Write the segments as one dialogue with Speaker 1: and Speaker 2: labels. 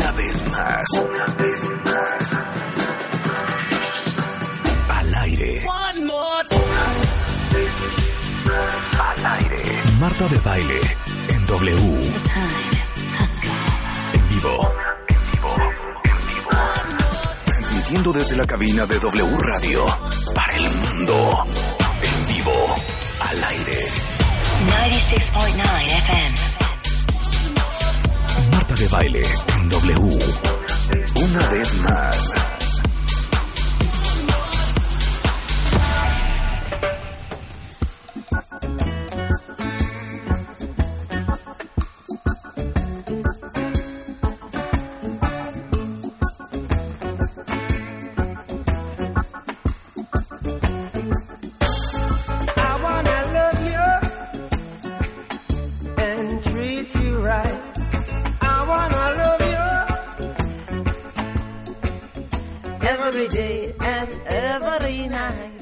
Speaker 1: más, una vez más. Al aire. Al aire. Marta de baile en W. En vivo. En vivo. En vivo. Transmitiendo desde la cabina de W Radio para el mundo. En vivo. Al aire.
Speaker 2: 96.9 FM.
Speaker 1: Marta de baile en W. Una vez más.
Speaker 3: I wanna love you and treat you right. I wanna love you every day and every night.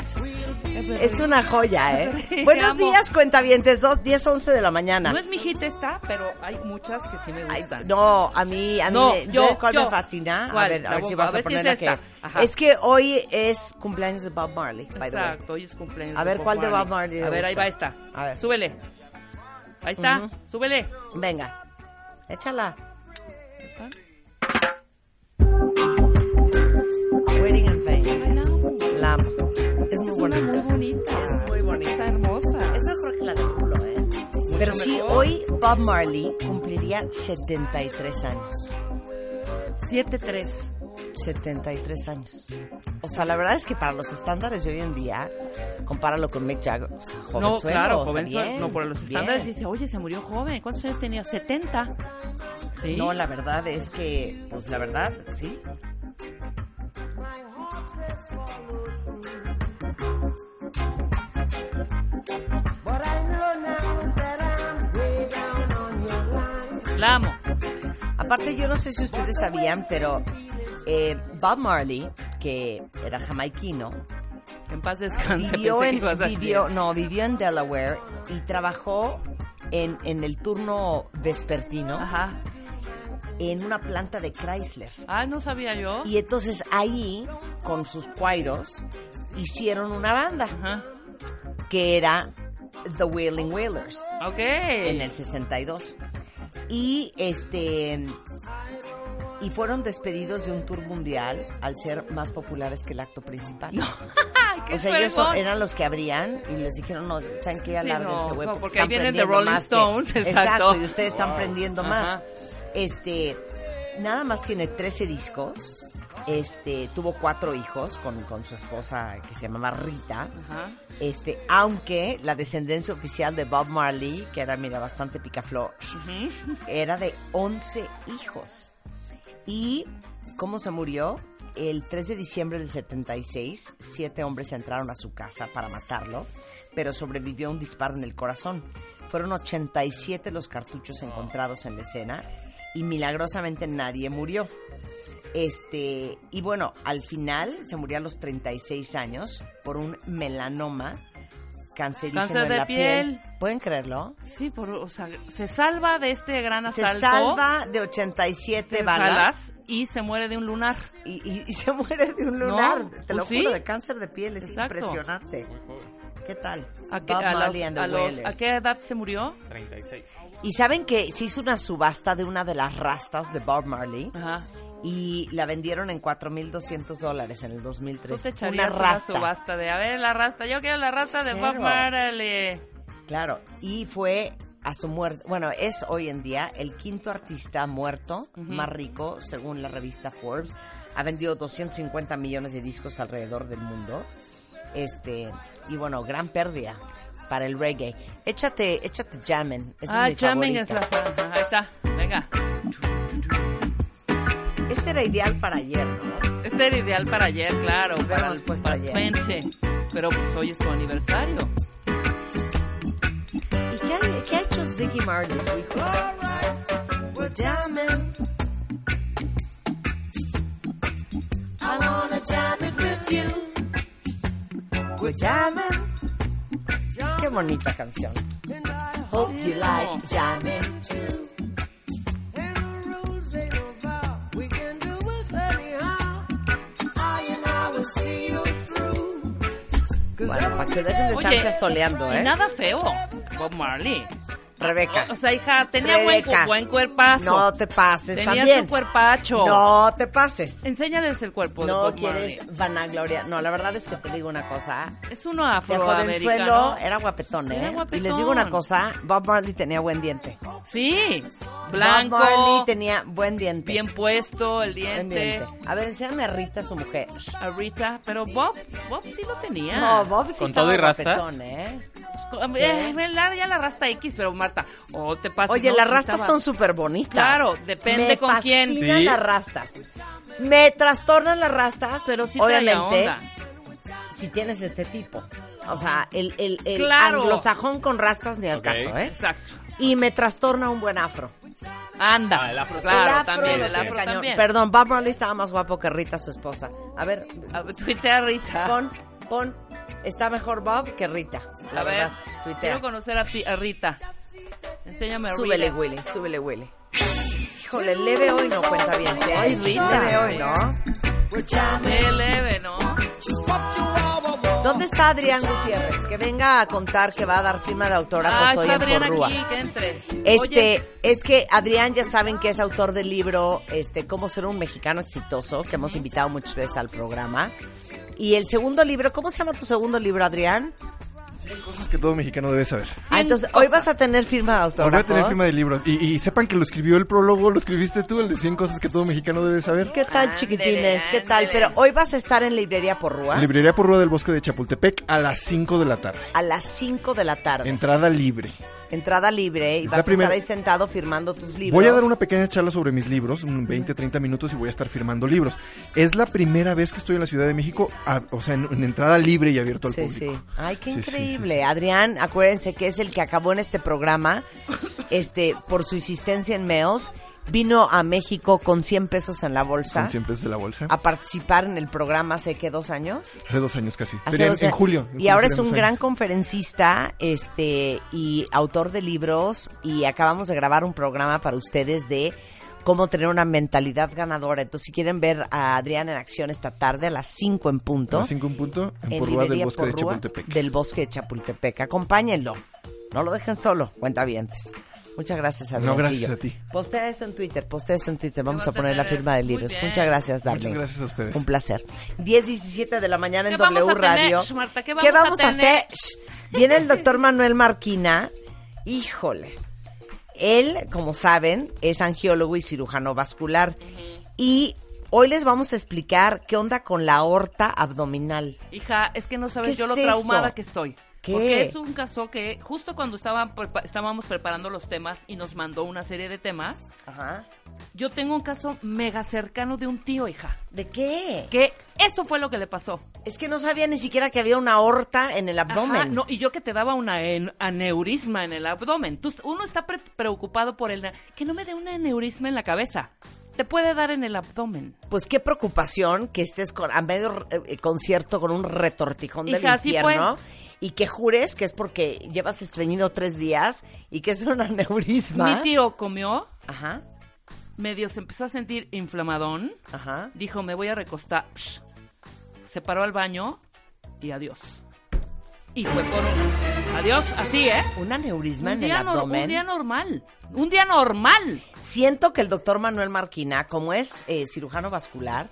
Speaker 4: Es una joya, ¿eh? Buenos días, cuentavientes, dos- 10, 11 de la mañana.
Speaker 5: No es mi hit esta, pero hay muchas que sí me
Speaker 4: Ay,
Speaker 5: gustan.
Speaker 4: no, a mí, a mí,
Speaker 5: No,
Speaker 4: me-
Speaker 5: yo,
Speaker 4: ¿sabes cuál
Speaker 5: yo.
Speaker 4: me fascina? A
Speaker 5: ¿Cuál?
Speaker 4: ver, a
Speaker 5: La
Speaker 4: ver si
Speaker 5: bomba,
Speaker 4: vas a,
Speaker 5: a ver si
Speaker 4: poner
Speaker 5: es
Speaker 4: la que-
Speaker 5: esta. Ajá.
Speaker 4: Es que hoy es cumpleaños de Bob Marley, by the way.
Speaker 5: Exacto, hoy es cumpleaños.
Speaker 4: A ver, ¿cuál de Bob Marley le
Speaker 5: A ver, ahí
Speaker 4: gusta?
Speaker 5: va esta.
Speaker 4: A ver.
Speaker 5: Súbele. Ahí está,
Speaker 4: Ujú.
Speaker 5: súbele.
Speaker 4: Venga, échala.
Speaker 5: ¿Está?
Speaker 4: Wedding and Fame.
Speaker 5: Ay, no.
Speaker 4: La amo. Es muy
Speaker 5: Es una muy
Speaker 4: bonita.
Speaker 5: bonita.
Speaker 4: Es muy bonita.
Speaker 5: Está hermosa.
Speaker 4: Es mejor que la del culo, ¿eh? Pero sí,
Speaker 5: mejor.
Speaker 4: hoy Bob Marley cumpliría 73 años.
Speaker 5: 7-3.
Speaker 4: 73 años. O sea, la verdad es que para los estándares de hoy en día, compáralo con Mick Jagger. O sea, joven
Speaker 5: No, claro, joven.
Speaker 4: joven
Speaker 5: sueldo. no, por los estándares dice, oye, se murió joven. ¿Cuántos años tenía? 70. Sí.
Speaker 4: No, la verdad es que, pues la verdad, sí.
Speaker 3: But I know now that I'm way down on your line.
Speaker 5: La amo.
Speaker 4: Aparte, yo no sé si ustedes sabían, pero eh, Bob Marley, que era jamaiquino,
Speaker 5: En paz descanse.
Speaker 4: vivió
Speaker 5: pensé que
Speaker 4: en,
Speaker 5: ibas a decir.
Speaker 4: vivió, no, vivió en Delaware y trabajó en, en el turno vespertino
Speaker 5: Ajá.
Speaker 4: en una planta de Chrysler.
Speaker 5: Ah, no sabía yo.
Speaker 4: Y entonces ahí, con sus cuairos, hicieron una banda
Speaker 5: Ajá.
Speaker 4: que era The Wailing Wailers
Speaker 5: Ok.
Speaker 4: en el 62. Y este y fueron despedidos de un tour mundial al ser más populares que el acto principal.
Speaker 5: Ay, qué
Speaker 4: O sea, ellos
Speaker 5: fregón.
Speaker 4: eran los que abrían y les dijeron, no, ¿saben qué? Alárguense,
Speaker 5: no,
Speaker 4: güey.
Speaker 5: no, porque
Speaker 4: están
Speaker 5: ahí vienen
Speaker 4: prendiendo
Speaker 5: The Rolling
Speaker 4: más que-
Speaker 5: Stones, exacto.
Speaker 4: y ustedes están
Speaker 5: Wow.
Speaker 4: prendiendo
Speaker 5: Ajá.
Speaker 4: más. Este, nada más tiene 13 discos. Este, tuvo cuatro hijos con, con su esposa que se llamaba Rita.
Speaker 5: Ajá.
Speaker 4: Este, aunque la descendencia oficial de Bob Marley, que era, mira, bastante picaflor, era de 11 hijos. ¿Y cómo se murió? El 3 de diciembre del 76, siete hombres entraron a su casa para matarlo, pero sobrevivió a un disparo en el corazón. Fueron 87 los cartuchos encontrados en la escena y milagrosamente nadie murió. Este, y bueno, al final se murió a los 36 años por un melanoma cancerígeno
Speaker 5: Cáncer
Speaker 4: en
Speaker 5: de
Speaker 4: la
Speaker 5: piel.
Speaker 4: ¿Pueden creerlo?
Speaker 5: Sí, por, o sea, se salva de este gran
Speaker 4: Se
Speaker 5: asalto.
Speaker 4: salva de 87
Speaker 5: de
Speaker 4: balas.
Speaker 5: balas y se muere de un lunar.
Speaker 4: y, y- y se muere de un lunar.
Speaker 5: No,
Speaker 4: te lo
Speaker 5: pues
Speaker 4: juro,
Speaker 5: sí.
Speaker 4: de cáncer de piel. Es
Speaker 5: Exacto.
Speaker 4: impresionante. ¿Qué tal?
Speaker 5: ¿A qué,
Speaker 4: Bob
Speaker 5: a los-
Speaker 4: Marley and the
Speaker 5: a los-
Speaker 4: Wailers.
Speaker 5: ¿a qué edad se murió?
Speaker 6: 36.
Speaker 4: Y saben que se hizo una subasta de una de las rastas de Bob Marley
Speaker 5: Ajá.
Speaker 4: y la vendieron en 4.200 dólares en el
Speaker 5: Tú
Speaker 4: 2003.
Speaker 5: te echarías una, subasta de, a ver, la rasta, yo quiero la rasta de Bob
Speaker 4: Cero.
Speaker 5: Marley.
Speaker 4: Claro, y fue a su muerte, bueno, es hoy en día el quinto artista muerto más rico, según la revista Forbes. Ha vendido 250 millones de discos alrededor del mundo. Este, y bueno, gran pérdida para el reggae. Échate, échate Jammin', esa
Speaker 5: ah,
Speaker 4: es mi
Speaker 5: jamming
Speaker 4: favorita.
Speaker 5: es la ajá, Ahí está, venga.
Speaker 4: Este era ideal para ayer, ¿no?
Speaker 5: Este era ideal para ayer, claro. Para
Speaker 4: hemos
Speaker 5: el
Speaker 4: puesto
Speaker 5: para
Speaker 4: ayer.
Speaker 5: Penche. Pero pues hoy es su aniversario.
Speaker 4: ¿Y qué, ha- qué ha hecho Ziggy Marley, su hijo?
Speaker 3: Alright, we're jamming. I wanna jam it with you. We're jamming.
Speaker 4: Qué bonita canción.
Speaker 3: And I
Speaker 4: Hope you
Speaker 5: Sí,
Speaker 4: like
Speaker 5: no.
Speaker 4: Jammin'.
Speaker 3: And the rules they don't vow we can do
Speaker 4: Que dejen de estarse soleando,
Speaker 5: y
Speaker 4: ¿eh?
Speaker 5: nada feo, Bob Marley.
Speaker 4: Rebeca.
Speaker 5: O sea, hija, tenía buen, cu-
Speaker 4: Rebeca,
Speaker 5: buen cuerpazo.
Speaker 4: No te pases
Speaker 5: tenía
Speaker 4: también.
Speaker 5: su cuerpacho.
Speaker 4: No te pases.
Speaker 5: Enséñales el cuerpo de
Speaker 4: No
Speaker 5: Bob Marley.
Speaker 4: quieres vanagloria. No, la verdad es que te digo una cosa.
Speaker 5: Es uno
Speaker 4: El jovenzuelo
Speaker 5: afroamericano.
Speaker 4: era guapetón,
Speaker 5: Sí,
Speaker 4: ¿eh?
Speaker 5: era
Speaker 4: Y
Speaker 5: guapetón.
Speaker 4: les digo una cosa, Bob Marley tenía buen diente.
Speaker 5: Sí,
Speaker 4: Bob Marley
Speaker 5: blanco,
Speaker 4: tenía buen diente.
Speaker 5: bien puesto, el
Speaker 4: Buen
Speaker 5: diente.
Speaker 4: diente. A ver, enséñame a Rita, su mujer.
Speaker 5: A Rita, pero Bob, Bob sí lo tenía.
Speaker 4: No, Bob sí
Speaker 6: ¿Con
Speaker 4: estaba
Speaker 6: todo y rastas?
Speaker 4: guapetón, ¿eh?
Speaker 5: Eh, la- ya la rasta X, pero Marta, o te pasa.
Speaker 4: Oye,
Speaker 5: no,
Speaker 4: las
Speaker 5: sí
Speaker 4: rastas
Speaker 5: estaba-
Speaker 4: son súper bonitas.
Speaker 5: Claro, depende
Speaker 4: Me
Speaker 5: con quién.
Speaker 4: Me
Speaker 6: Sí.
Speaker 4: fascinan las rastas. Me trastornan las rastas.
Speaker 5: Pero sí traía
Speaker 4: obviamente,
Speaker 5: onda.
Speaker 4: si tienes este tipo. O sea, el, el, el
Speaker 5: Claro.
Speaker 4: anglosajón con rastas ni al
Speaker 6: Ok.
Speaker 4: caso, ¿eh?
Speaker 5: Exacto.
Speaker 4: Y me trastorna un buen afro.
Speaker 5: Anda.
Speaker 6: Ah, el afro
Speaker 5: claro,
Speaker 4: El afro
Speaker 5: también,
Speaker 4: lo
Speaker 5: el
Speaker 4: sé,
Speaker 5: afro
Speaker 4: cañón.
Speaker 5: también.
Speaker 4: Perdón, Bob Marley estaba más guapo que Rita, su esposa. A ver,
Speaker 5: A ver, Tuitea Rita.
Speaker 4: pon, pon. Está mejor Bob que Rita. La
Speaker 5: a ver,
Speaker 4: verdad. Tuitea.
Speaker 5: quiero conocer a, ti, a Rita. Enséñame a Rita.
Speaker 4: Súbele, Willy, súbele, Willy. Híjole, leve hoy no cuenta bien. Ay,
Speaker 5: Rita.
Speaker 4: Leve hoy, ¿no?
Speaker 5: Qué leve, ¿no?
Speaker 4: ¿Dónde está Adrián Gutiérrez? Que venga a contar que va a dar firma de
Speaker 5: Ah,
Speaker 4: autógrafos hoy
Speaker 5: está
Speaker 4: en
Speaker 5: Adrián
Speaker 4: Porrúa.
Speaker 5: aquí, que entre.
Speaker 4: Este,
Speaker 5: Oye,
Speaker 4: es que Adrián ya saben que es autor del libro este, Cómo ser un mexicano exitoso, que hemos invitado muchas veces al programa. Y el segundo libro, ¿cómo se llama tu segundo libro, Adrián?
Speaker 7: Cosas que todo mexicano debe saber.
Speaker 4: Ah, entonces, hoy vas a tener firma de
Speaker 7: Voy
Speaker 4: autógrafos.
Speaker 7: a tener firma de libros. Y, y sepan que lo escribió el prólogo, lo escribiste tú, el de 100 cosas que todo mexicano debe saber.
Speaker 4: ¿Qué tal,
Speaker 5: Ándele,
Speaker 4: chiquitines? ¿Qué tal?
Speaker 5: ándele.
Speaker 4: Pero hoy vas a estar en Librería Porrúa
Speaker 7: Librería por Rúa del Bosque de Chapultepec a las 5 de la tarde.
Speaker 4: a las 5 de la tarde.
Speaker 7: Entrada libre.
Speaker 4: Entrada libre y
Speaker 7: Es
Speaker 4: vas a
Speaker 7: la
Speaker 4: estar
Speaker 7: primera-
Speaker 4: ahí sentado firmando tus libros.
Speaker 7: Voy a dar una pequeña charla sobre mis libros, un 20, 30 minutos y voy a estar firmando libros. Es la primera vez que estoy en la Ciudad de México, a- o sea, en, en entrada libre y abierto al
Speaker 4: Sí,
Speaker 7: público.
Speaker 4: sí. Ay, qué
Speaker 7: Sí, sí, sí,
Speaker 4: increíble. Adrián, acuérdense que es el que acabó en este programa, este, por su insistencia en Meos, vino a México con 100 pesos en la bolsa
Speaker 7: Son siempre es de la bolsa.
Speaker 4: a participar en el programa hace que dos años.
Speaker 7: Hace dos años casi.
Speaker 4: Hace
Speaker 7: Sería en-
Speaker 4: dos
Speaker 7: en
Speaker 4: años.
Speaker 7: julio. en
Speaker 4: Y
Speaker 7: julio
Speaker 4: ahora es
Speaker 7: serían
Speaker 4: un
Speaker 7: dos
Speaker 4: gran
Speaker 7: años.
Speaker 4: conferencista, este, y autor de libros, y acabamos de grabar un programa para ustedes de cómo tener una mentalidad ganadora. Entonces, si quieren ver a Adrián en acción esta tarde a las 5 en
Speaker 7: A
Speaker 4: punto,
Speaker 7: las cinco en punto, en,
Speaker 4: en
Speaker 7: Porrúa del
Speaker 4: librería
Speaker 7: Bosque de
Speaker 4: Porrúa
Speaker 7: Chapultepec.
Speaker 4: del Bosque de Chapultepec. Acompáñenlo, no lo dejen solo, cuentavientes. Muchas gracias, Adrián.
Speaker 7: No, gracias a ti.
Speaker 4: Postea eso en Twitter, postea eso en Twitter. Vamos
Speaker 5: va
Speaker 4: a
Speaker 5: a
Speaker 4: poner la
Speaker 5: tener.
Speaker 4: firma de
Speaker 5: Muy
Speaker 4: libros.
Speaker 5: bien.
Speaker 4: Muchas gracias, Darlene.
Speaker 7: Muchas gracias a ustedes.
Speaker 4: Un placer. 10.17 de la mañana en
Speaker 5: ¿Qué vamos
Speaker 4: W
Speaker 5: a tener,
Speaker 4: Radio.
Speaker 5: Marta? ¿Qué vamos a tener?
Speaker 4: hacer? Shh. Viene el doctor Manuel Marquina. Híjole. Él, como saben, es angiólogo y cirujano vascular. Y hoy les vamos a explicar qué onda con la aorta abdominal.
Speaker 5: Hija, es que no
Speaker 4: ¿Qué
Speaker 5: sabes yo
Speaker 4: es
Speaker 5: lo
Speaker 4: eso?
Speaker 5: traumada que estoy.
Speaker 4: ¿Qué?
Speaker 5: Porque es un caso que justo cuando estaba, prepa- estábamos preparando los temas y nos mandó una serie de temas,
Speaker 4: Ajá.
Speaker 5: yo tengo un caso mega cercano de un tío, hija,
Speaker 4: ¿De qué?
Speaker 5: que eso fue lo que le pasó.
Speaker 4: Es que no sabía ni siquiera que había una aorta en el abdomen.
Speaker 5: Ajá, no, y yo que te daba una en- aneurisma en el abdomen. Tú- uno está pre- preocupado por el... na- Que no me dé una aneurisma en la cabeza. Te puede dar en el abdomen.
Speaker 4: Pues qué preocupación que estés con, a medio eh, concierto con un retortijón del
Speaker 5: Hija, así
Speaker 4: infierno. Y que jures que es porque llevas estreñido tres días y que es un aneurisma.
Speaker 5: Mi tío comió,
Speaker 4: Ajá,
Speaker 5: medio se empezó a sentir inflamadón,
Speaker 4: ajá.
Speaker 5: dijo, me voy a recostar. Psh. Se paró al baño y adiós. Y fue por un... Adiós, así, ¿eh?
Speaker 4: Un aneurisma
Speaker 5: Un
Speaker 4: en el
Speaker 5: día, nor-
Speaker 4: abdomen.
Speaker 5: un día normal. Un día normal.
Speaker 4: Siento que el doctor Manuel Marquina, como es eh, cirujano vascular,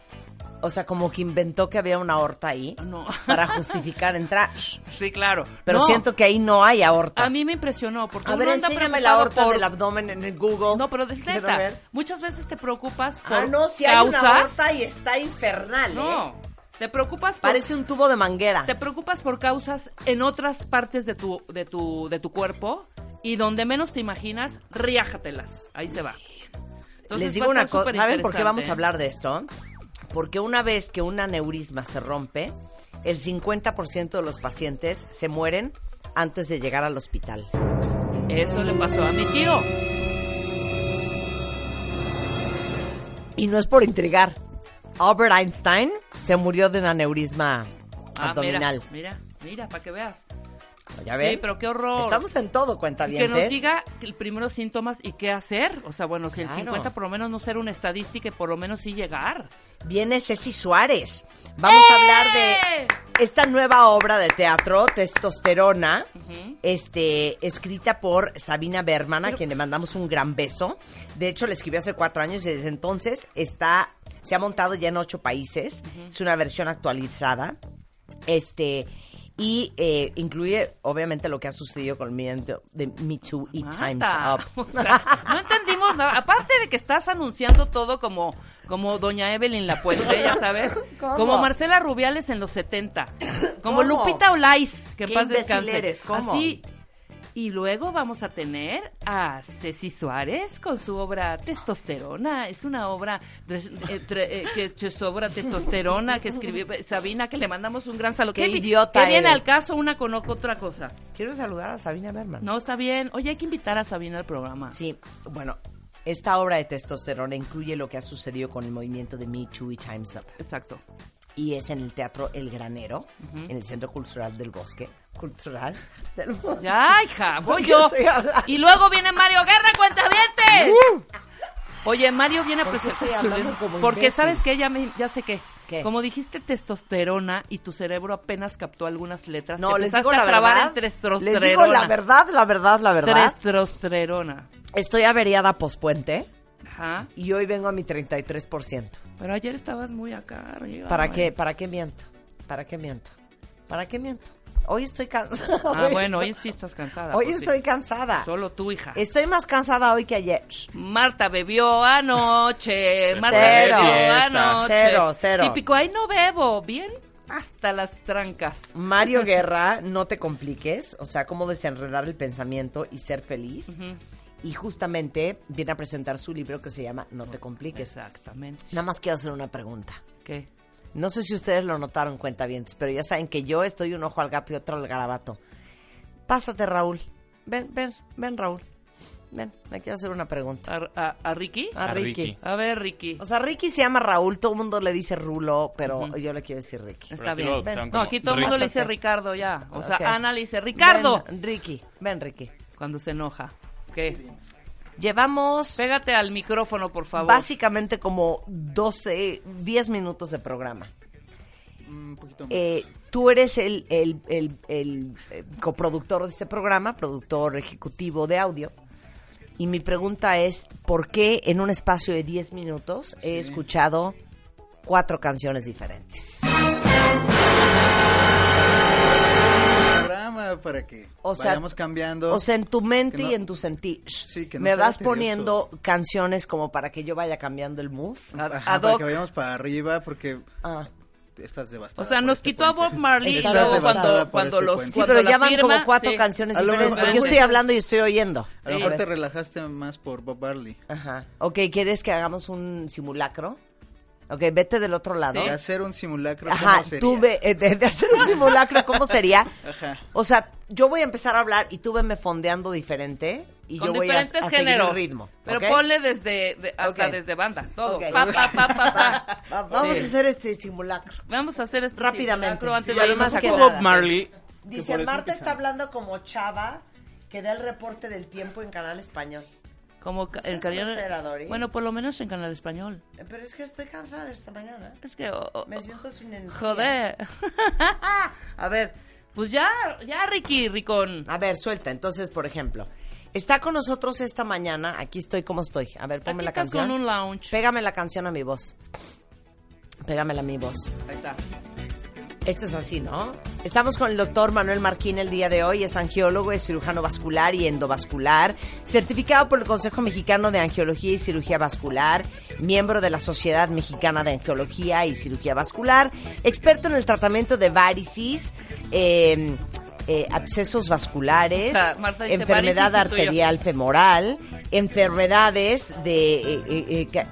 Speaker 4: o sea, como que inventó que había una aorta ahí
Speaker 5: No.
Speaker 4: para justificar entrar.
Speaker 5: Sí, claro.
Speaker 4: Pero
Speaker 5: No,
Speaker 4: siento que ahí no hay aorta.
Speaker 5: A mí me impresionó porque
Speaker 4: A
Speaker 5: uno
Speaker 4: ver,
Speaker 5: anda
Speaker 4: enséñame la
Speaker 5: preocupado
Speaker 4: aorta
Speaker 5: por-
Speaker 4: del abdomen en el Google.
Speaker 5: No, pero de
Speaker 4: Quiero
Speaker 5: neta,
Speaker 4: ver.
Speaker 5: muchas veces te preocupas por
Speaker 4: Ah, no, si hay una
Speaker 5: causas.
Speaker 4: aorta y está infernal, ¿eh?
Speaker 5: no, te preocupas por
Speaker 4: Parece un tubo de manguera.
Speaker 5: te preocupas por causas en otras partes de tu de tu de tu cuerpo y donde menos te imaginas, riájatelas. Ahí se va. Entonces,
Speaker 4: Les
Speaker 5: va
Speaker 4: digo
Speaker 5: a
Speaker 4: una
Speaker 5: estar
Speaker 4: cosa,
Speaker 5: súper
Speaker 4: ¿saben por qué vamos
Speaker 5: interesante,
Speaker 4: a hablar de esto? Porque una vez que un aneurisma se rompe, el 50% de los pacientes se mueren antes de llegar al hospital.
Speaker 5: ¿eh? Eso le pasó a mi tío.
Speaker 4: Y no es por intrigar. Albert Einstein se murió de un aneurisma
Speaker 5: Ah, mira,
Speaker 4: abdominal.
Speaker 5: Mira, mira, para que veas.
Speaker 4: ¿Ya ven?
Speaker 5: Sí, pero qué horror.
Speaker 4: Estamos en todo, cuenta
Speaker 5: Y que nos diga el primeros síntomas y qué hacer. O sea, bueno, si el
Speaker 4: Claro.
Speaker 5: 50 por lo menos no ser una estadística y por lo menos sí llegar.
Speaker 4: Viene Ceci Suárez. Vamos a hablar
Speaker 5: ¡Eh!
Speaker 4: de esta nueva obra de teatro, Testosterona, este, escrita por Sabina Berman, a quien le mandamos un gran beso. De hecho, la escribió hace cuatro años y desde entonces está, se ha montado ya en ocho países. Es una versión actualizada. Este. Y eh, incluye, obviamente, lo que ha sucedido con el movimiento de Me Too y Time's
Speaker 5: Mata.
Speaker 4: Up.
Speaker 5: O sea, no entendimos nada. Aparte de que estás anunciando todo como, como Doña Evelyn La Puente, ya sabes.
Speaker 4: ¿Cómo?
Speaker 5: Como Marcela Rubiales en los 70. Como
Speaker 4: ¿Cómo?
Speaker 5: Lupita Olais, que en
Speaker 4: Qué
Speaker 5: paz
Speaker 4: imbécil
Speaker 5: descanse.
Speaker 4: eres, ¿cómo?
Speaker 5: Así. Y luego vamos a tener a Ceci Suárez con su obra Testosterona. Es una obra de- eh, tre- eh, que que su obra Testosterona que escribió Sabina, que le mandamos un gran saludo.
Speaker 4: Qué
Speaker 5: vi-
Speaker 4: idiota
Speaker 5: Que viene
Speaker 4: eres.
Speaker 5: al caso una con otra cosa.
Speaker 4: Quiero saludar a Sabina Berman.
Speaker 5: No, está bien. Oye, hay que invitar a Sabina al programa.
Speaker 4: Sí, bueno, esta obra de testosterona incluye lo que ha sucedido con el movimiento de Me Too y Time's Up.
Speaker 5: Exacto.
Speaker 4: Y es en el Teatro El Granero, en el Centro Cultural del Bosque. Cultural del Bosque.
Speaker 5: Ya, hija,
Speaker 4: ¿Por
Speaker 5: voy
Speaker 4: qué
Speaker 5: yo.
Speaker 4: estoy hablando?
Speaker 5: Y luego viene Mario Guerra, cuentavientes. Oye, Mario viene a
Speaker 4: Uh. ¿Por qué estoy
Speaker 5: presentar su
Speaker 4: hablando
Speaker 5: libro.
Speaker 4: como
Speaker 5: Porque
Speaker 4: imbécil?
Speaker 5: sabes que ya me, ya sé que.
Speaker 4: ¿Qué?
Speaker 5: Como dijiste testosterona y tu cerebro apenas captó algunas letras,
Speaker 4: No,
Speaker 5: te
Speaker 4: les
Speaker 5: empezaste
Speaker 4: digo la
Speaker 5: a trabar
Speaker 4: verdad.
Speaker 5: en testosterona.
Speaker 4: Les digo la verdad, la verdad, la verdad.
Speaker 5: Testosterona.
Speaker 4: Estoy averiada pospuente
Speaker 5: Ajá.
Speaker 4: y hoy vengo a mi 33%.
Speaker 5: Pero ayer estabas muy acá arriba. eh.
Speaker 4: ¿Para
Speaker 5: Mario.
Speaker 4: qué, ¿Para qué miento? ¿Para qué miento? ¿Para qué miento? Hoy estoy cansada.
Speaker 5: Ah, bueno, hoy sí estás cansada.
Speaker 4: Hoy
Speaker 5: pues sí.
Speaker 4: estoy cansada.
Speaker 5: Solo tú, hija.
Speaker 4: Estoy más cansada hoy que ayer.
Speaker 5: Marta bebió anoche, Marta
Speaker 4: Cero.
Speaker 5: bebió
Speaker 4: Fiesta.
Speaker 5: anoche.
Speaker 4: Cero, cero.
Speaker 5: Típico, ay no bebo, bien hasta las trancas.
Speaker 4: Mario Guerra, no te compliques, o sea, cómo desenredar el pensamiento y ser feliz. Y justamente viene a presentar su libro que se llama No te compliques.
Speaker 5: Exactamente.
Speaker 4: Nada más quiero hacer una pregunta.
Speaker 5: ¿Qué?
Speaker 4: No sé si ustedes lo notaron, cuentavientes, pero ya saben que yo estoy un ojo al gato y otro al garabato. Pásate, Raúl. Ven, ven, ven, Raúl. Ven, me quiero hacer una pregunta.
Speaker 5: ¿A, a- a Ricky?
Speaker 4: A,
Speaker 6: A
Speaker 4: Ricky.
Speaker 6: Ricky.
Speaker 5: A ver, Ricky.
Speaker 4: O sea, Ricky se llama Raúl, todo el mundo le dice Rulo, pero yo le quiero decir Ricky.
Speaker 5: Está
Speaker 6: aquí
Speaker 5: bien.
Speaker 6: lo
Speaker 5: Ven.
Speaker 6: usan
Speaker 5: No,
Speaker 6: como
Speaker 5: aquí todo el mundo le dice
Speaker 4: Ricky.
Speaker 5: Ricardo ya. O sea,
Speaker 4: Ok.
Speaker 5: Ana le dice Ricardo
Speaker 4: Ven, Ricky, ven, Ricky.
Speaker 5: cuando se enoja. ¿Qué?
Speaker 4: Llevamos
Speaker 5: Pégate al micrófono, por favor.
Speaker 4: básicamente como 12, 10 minutos de programa.
Speaker 6: Un poquito más.
Speaker 4: Eh, tú eres el, el- el- el, eh, coproductor de este programa, productor ejecutivo de audio. Y mi pregunta es, ¿por qué en un espacio de 10 minutos he escuchado cuatro canciones diferentes?
Speaker 8: programa para que
Speaker 4: O sea,
Speaker 8: vayamos cambiando.
Speaker 4: O sea, en tu mente
Speaker 8: Que no-
Speaker 4: y en tu sentir.
Speaker 8: Sí, que no
Speaker 4: Me
Speaker 8: sea
Speaker 4: vas
Speaker 8: tedioso.
Speaker 4: poniendo canciones como para que yo vaya cambiando el mood.
Speaker 5: Ad-
Speaker 8: Ajá,
Speaker 5: ad
Speaker 8: para
Speaker 5: hoc.
Speaker 8: que vayamos para arriba porque
Speaker 4: Ah.
Speaker 8: estás devastada.
Speaker 5: O sea,
Speaker 8: por
Speaker 5: nos
Speaker 8: este
Speaker 5: quitó a Bob
Speaker 8: puente.
Speaker 5: Marley y
Speaker 4: Estás
Speaker 5: luego
Speaker 8: devastada
Speaker 5: cuando,
Speaker 8: por
Speaker 5: cuando
Speaker 8: este
Speaker 5: los
Speaker 8: puente.
Speaker 4: Sí,
Speaker 5: cuando
Speaker 4: pero
Speaker 5: la
Speaker 4: ya van
Speaker 5: firma,
Speaker 4: como cuatro
Speaker 5: sí.
Speaker 4: canciones
Speaker 8: A lo mejor-
Speaker 4: diferentes. porque Yo estoy hablando y estoy oyendo.
Speaker 8: A lo
Speaker 5: Sí.
Speaker 8: mejor te relajaste más por Bob Marley.
Speaker 4: Ajá. Ok, ¿quieres que hagamos un simulacro? Ok, vete del otro lado.
Speaker 8: De hacer un simulacro,
Speaker 4: Ajá,
Speaker 8: ¿cómo sería?
Speaker 4: tú ve, eh, de, de hacer un simulacro, ¿cómo sería?
Speaker 8: Ajá.
Speaker 4: O sea, yo voy a empezar a hablar y tú venme fondeando diferente y
Speaker 5: con
Speaker 4: yo voy a,
Speaker 5: diferentes
Speaker 4: a seguir
Speaker 5: géneros.
Speaker 4: el ritmo.
Speaker 5: Pero
Speaker 4: ¿ok?
Speaker 5: ponle desde de- hasta
Speaker 4: Ok.
Speaker 5: desde banda, todo.
Speaker 4: Ok.
Speaker 5: Pa, pa, pa, pa, pa.
Speaker 4: Va- Vamos
Speaker 5: Sí.
Speaker 4: a hacer este simulacro.
Speaker 5: Vamos a hacer este
Speaker 4: Rápidamente.
Speaker 5: simulacro antes
Speaker 4: Y
Speaker 5: de irnos
Speaker 4: además
Speaker 5: a
Speaker 4: que
Speaker 5: Cuba.
Speaker 4: nada.
Speaker 6: Bob Marley.
Speaker 4: Dice, Marta está hablando como chava que da el reporte del tiempo en Canal Español.
Speaker 5: Como ca- en
Speaker 4: Seas grosera,
Speaker 5: canal,
Speaker 4: Doris.
Speaker 5: bueno, por lo menos en canal español.
Speaker 4: Eh, Pero es que estoy cansada esta mañana.
Speaker 5: Es que oh, oh,
Speaker 4: Me siento sin energía.
Speaker 5: joder. a ver, pues ya, ya Ricky, Ricón.
Speaker 4: A ver, suelta. Entonces, por ejemplo, está con nosotros esta mañana. Aquí estoy como estoy. A ver, ponme
Speaker 5: Aquí
Speaker 4: la
Speaker 5: estás
Speaker 4: canción.
Speaker 5: con un lounge.
Speaker 4: Pégame la canción a mi voz. Pégamela a mi voz.
Speaker 5: Ahí está.
Speaker 4: Esto es así, ¿no? Estamos con el doctor Manuel Marquín el día de hoy. Es angiólogo, es cirujano vascular y endovascular, certificado por el Consejo Mexicano de Angiología y Cirugía Vascular, miembro de la Sociedad Mexicana de Angiología y Cirugía Vascular, experto en el tratamiento de varices, eh, eh, abscesos vasculares,
Speaker 5: O sea, Marta dice
Speaker 4: enfermedad
Speaker 5: varices y tú y yo.
Speaker 4: arterial femoral, enfermedades de... eh, eh, eh, ca-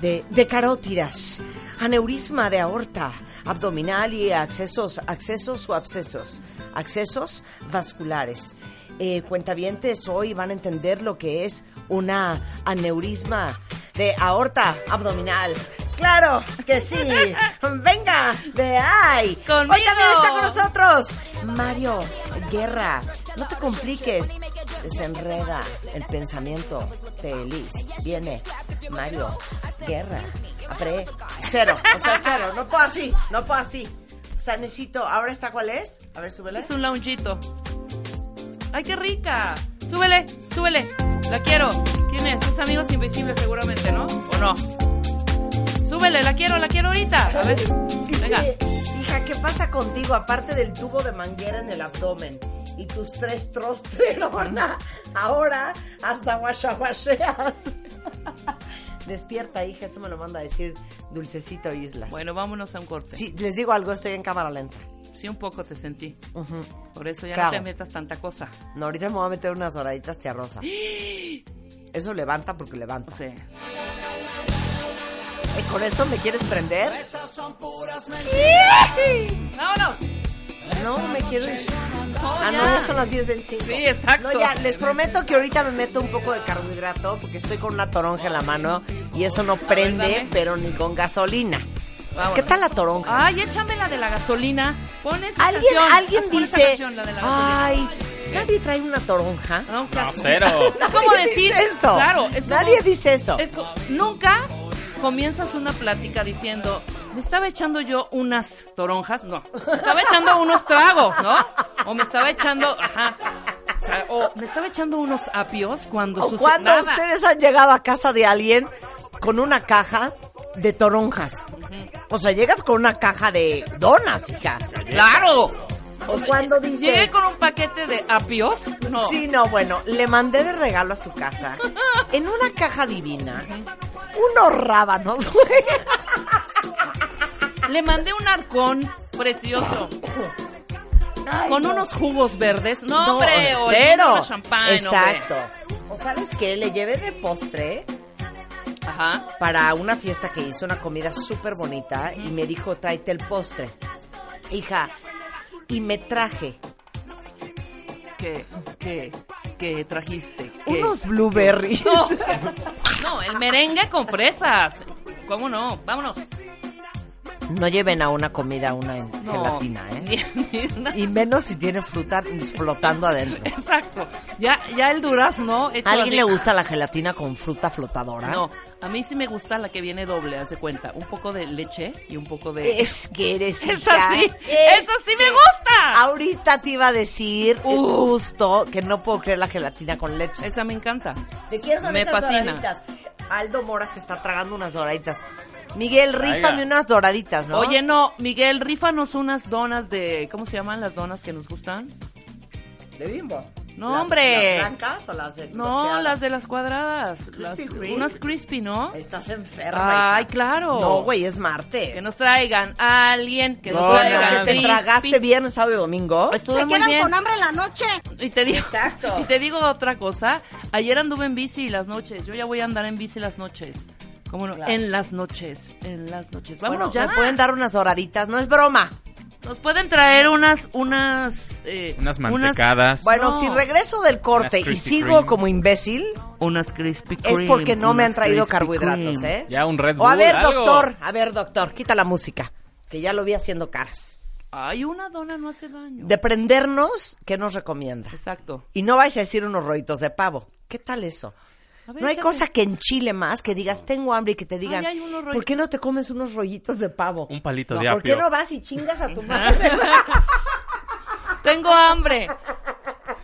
Speaker 4: de, de carótidas, aneurisma de aorta, abdominal y accesos, accesos o abscesos, accesos vasculares. Eh, cuentavientes hoy van a entender lo que es una aneurisma de aorta abdominal Claro que sí. Venga, de ahí.
Speaker 5: Conmigo.
Speaker 4: Hoy también está con nosotros Mario Guerra. No te compliques. Desenreda el pensamiento feliz. Viene Mario Guerra. Apre, cero. O sea, cero. No puedo así. No puedo así. O sea, necesito. ¿Ahora está cuál es? A ver, súbele.
Speaker 5: Es un loungito. ¡Ay, qué rica! Súbele, súbele. La quiero. ¿Quién es? Es Amigos Invisibles seguramente, ¿no? ¿O no? Súbele, la quiero, la quiero ahorita. A ver. Venga.
Speaker 4: Hija, ¿qué pasa contigo? Aparte del tubo de manguera en el abdomen y tus tres trosterona, ahora hasta guachaguacheas. Despierta, hija, eso me lo manda a decir Dulcecito Islas.
Speaker 5: Bueno, vámonos a un corte.
Speaker 4: Sí, les digo algo, estoy en cámara lenta.
Speaker 5: Sí, un poco te sentí.
Speaker 4: Ujú.
Speaker 5: Por eso ya
Speaker 4: Claro.
Speaker 5: no te metas tanta cosa.
Speaker 4: No, ahorita me voy a meter unas doraditas tía Rosa. Eso levanta porque
Speaker 5: O
Speaker 4: levanta.
Speaker 5: sea,
Speaker 4: Eh, ¿Con esto me quieres prender?
Speaker 5: vámonos.
Speaker 4: No, me quiero ir.
Speaker 5: No,
Speaker 4: Ah, no,
Speaker 5: ya.
Speaker 4: ya son las 10.25.
Speaker 5: Sí, exacto.
Speaker 4: No, ya, les prometo que ahorita me meto un poco de carbohidrato porque estoy con una toronja en la mano y eso no prende,
Speaker 5: dame.
Speaker 4: pero ni con gasolina.
Speaker 5: Vámonos.
Speaker 4: ¿Qué tal la toronja?
Speaker 5: Ay, échame la de la gasolina. Pon esa
Speaker 4: alguien
Speaker 5: Ah, canción.
Speaker 4: alguien
Speaker 5: Pon esa
Speaker 4: dice,
Speaker 5: canción, la de la gasolina. Ah,
Speaker 4: ay, nadie trae una toronja.
Speaker 5: No,
Speaker 9: No,
Speaker 5: casi.
Speaker 9: cero.
Speaker 5: Es como
Speaker 4: Nadie
Speaker 5: decir
Speaker 4: dice eso.
Speaker 5: Claro, es como-
Speaker 4: Nadie dice eso.
Speaker 5: es co- nunca comienzas una plática diciendo, me estaba echando yo unas toronjas, no, me estaba echando unos tragos, ¿no? O me estaba echando, ajá, o, sea, o me estaba echando unos apios cuando
Speaker 4: ¿O
Speaker 5: pues suce-
Speaker 4: cuando
Speaker 5: nada.
Speaker 4: ustedes han llegado a casa de alguien con una caja de toronjas? O sea, llegas con una caja de donas, hija.
Speaker 5: Claro.
Speaker 4: O cuando dices...
Speaker 5: Llegué con un paquete de apios, no.
Speaker 4: Sí, no, bueno, le mandé de regalo a su casa, en una caja divina, unos rábanos, güey.
Speaker 5: Le mandé un arcón precioso
Speaker 4: Ay,
Speaker 5: con
Speaker 4: no.
Speaker 5: unos jugos verdes. No,
Speaker 4: No,
Speaker 5: hombre, o
Speaker 4: cero.
Speaker 5: champán,
Speaker 4: Exacto. O sabes qué, le llevé de postre
Speaker 5: hombre. Ajá.
Speaker 4: para una fiesta que hizo, una comida súper bonita, y me dijo, tráete el postre. Hija, y me traje
Speaker 5: ¿Qué? ¿Qué? ¿Qué trajiste? ¿Qué?
Speaker 4: unos blueberries.
Speaker 5: No. No, el merengue con fresas. ¿Cómo no? Vámonos.
Speaker 4: No lleven a una comida una en
Speaker 5: No.
Speaker 4: gelatina, ¿eh?
Speaker 5: Ni- ni una-
Speaker 4: Y menos si tiene fruta flotando adentro.
Speaker 5: Exacto. Ya, ya el durazno. hecho
Speaker 4: ¿A alguien le
Speaker 5: así.
Speaker 4: gusta la gelatina con fruta flotadora?
Speaker 5: No, a mí sí me gusta la que viene doble, haz de cuenta. Un poco de leche y un poco de.
Speaker 4: Eh, Es ¿eh? Este, que eres
Speaker 5: Esa
Speaker 4: hija.
Speaker 5: sí,
Speaker 4: Es
Speaker 5: esa sí me
Speaker 4: que-
Speaker 5: gusta.
Speaker 4: Ahorita te iba a decir
Speaker 5: Uh.
Speaker 4: justo que no puedo creer la gelatina con leche.
Speaker 5: Esa me encanta.
Speaker 4: ¿De quién son
Speaker 5: me
Speaker 4: esas
Speaker 5: fascina.
Speaker 4: doraditas? Aldo Mora se está tragando unas doraditas. Miguel, rífame
Speaker 9: Traiga.
Speaker 4: unas doraditas, ¿no?
Speaker 5: Oye, no, Miguel, rífanos unas donas de. ¿Cómo se llaman las donas que nos gustan?
Speaker 4: de bimbo.
Speaker 5: No, hombre.
Speaker 4: ¿Las blancas o las de
Speaker 5: No, las de las cuadradas. Las-
Speaker 4: Krispy Kreme.
Speaker 5: unas crispy, ¿no?
Speaker 4: Estás enferma.
Speaker 5: Ay,
Speaker 4: hija.
Speaker 5: claro.
Speaker 4: No, güey, es martes.
Speaker 5: Que nos traigan a alguien, que nos
Speaker 4: Con lo
Speaker 5: traigan
Speaker 4: que te
Speaker 5: crispy.
Speaker 4: tragaste viernes, sábado y domingo.
Speaker 5: Estuvo
Speaker 10: Se
Speaker 5: muy
Speaker 10: quedan
Speaker 5: bien.
Speaker 10: con hambre en la noche.
Speaker 5: Y te digo,
Speaker 4: Exacto.
Speaker 5: y te digo otra cosa. Ayer anduve en bici las noches. Yo ya voy a andar en bici las noches. ¿Cómo no?
Speaker 4: Claro.
Speaker 5: En las noches, en las noches.
Speaker 4: Bueno,
Speaker 5: Vámonos ya.
Speaker 4: me pueden dar unas doraditas, no es broma.
Speaker 5: Nos pueden traer unas, unas, eh,
Speaker 9: Unas mantecadas.
Speaker 4: Bueno,
Speaker 5: No.
Speaker 4: si regreso del corte
Speaker 9: Unas
Speaker 4: y
Speaker 9: Krispy
Speaker 4: sigo
Speaker 9: Kreme.
Speaker 4: como imbécil,
Speaker 5: unas crispy.
Speaker 4: es porque no me han traído carbohidratos, ¿eh?
Speaker 9: Ya un Red
Speaker 4: O a
Speaker 9: Bull,
Speaker 4: ver,
Speaker 9: algo.
Speaker 4: doctor, a ver, doctor, quita la música, que ya lo vi haciendo caras.
Speaker 5: Ay, una dona no hace daño.
Speaker 4: De prendernos, ¿qué nos recomienda?
Speaker 5: Exacto.
Speaker 4: Y no vais a decir unos rollitos de pavo. ¿Qué tal eso?
Speaker 5: A ver,
Speaker 4: No hay
Speaker 5: échate.
Speaker 4: cosa que enchile más que digas, tengo hambre y que te digan,
Speaker 5: hay unos rollitos.
Speaker 4: ¿por qué no te comes unos rollitos de pavo?
Speaker 9: Un palito
Speaker 4: No,
Speaker 9: de
Speaker 4: ¿Por qué
Speaker 9: apio.
Speaker 4: no vas y chingas a tu madre?
Speaker 5: Tengo hambre.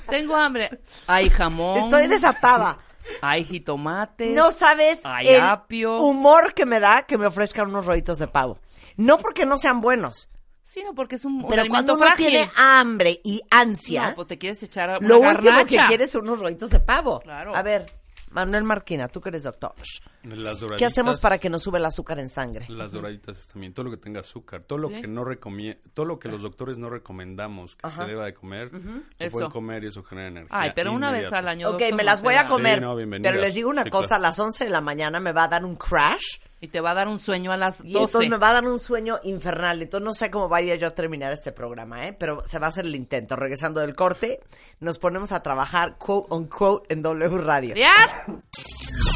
Speaker 5: Tengo hambre. Hay jamón.
Speaker 4: Estoy desatada.
Speaker 5: Hay jitomate.
Speaker 4: No sabes
Speaker 5: Ay,
Speaker 4: el
Speaker 5: apio.
Speaker 4: humor que me da que me ofrezcan unos rollitos de pavo. No porque no sean buenos,
Speaker 5: Sí, no, porque es un, un
Speaker 4: pero cuando
Speaker 5: alimento
Speaker 4: uno
Speaker 5: frágil.
Speaker 4: tiene hambre y ansia,
Speaker 5: No, pues te quieres echar a una
Speaker 4: lo último que
Speaker 5: garnacha.
Speaker 4: quieres son unos rollitos de pavo.
Speaker 5: Claro.
Speaker 4: A ver, Manuel Marquina, tú que eres doctor, shh,
Speaker 11: Las doraditas,
Speaker 4: ¿qué hacemos para que no sube el azúcar en sangre?
Speaker 11: Las doraditas también, todo lo que tenga azúcar, todo lo
Speaker 5: Sí. Eh.
Speaker 11: que no recomie- todo lo que los doctores no recomendamos que se deba de comer, se
Speaker 5: eso.
Speaker 11: pueden comer y eso genera energía.
Speaker 5: Ay, pero una vez al año.
Speaker 4: Ok,
Speaker 5: doctor,
Speaker 4: me
Speaker 5: no
Speaker 4: las
Speaker 5: te
Speaker 4: voy
Speaker 5: da.
Speaker 4: a comer,
Speaker 11: Sí, no, bienvenidas.
Speaker 4: pero les digo una
Speaker 11: Sí,
Speaker 4: cosa,
Speaker 11: claro.
Speaker 4: a las 11 de la mañana me va a dar un crash
Speaker 5: Y te va a dar un sueño a las 12.
Speaker 4: y entonces me va a dar un sueño infernal. Entonces no sé cómo vaya yo a terminar este programa, ¿eh? pero se va a hacer el intento. Regresando del corte, nos ponemos a trabajar quote unquote en W Radio.
Speaker 5: ¿Ya?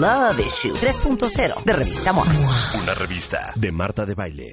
Speaker 4: Love Issue 3.0 de Revista MOA.
Speaker 1: Una revista de Marta de Baile.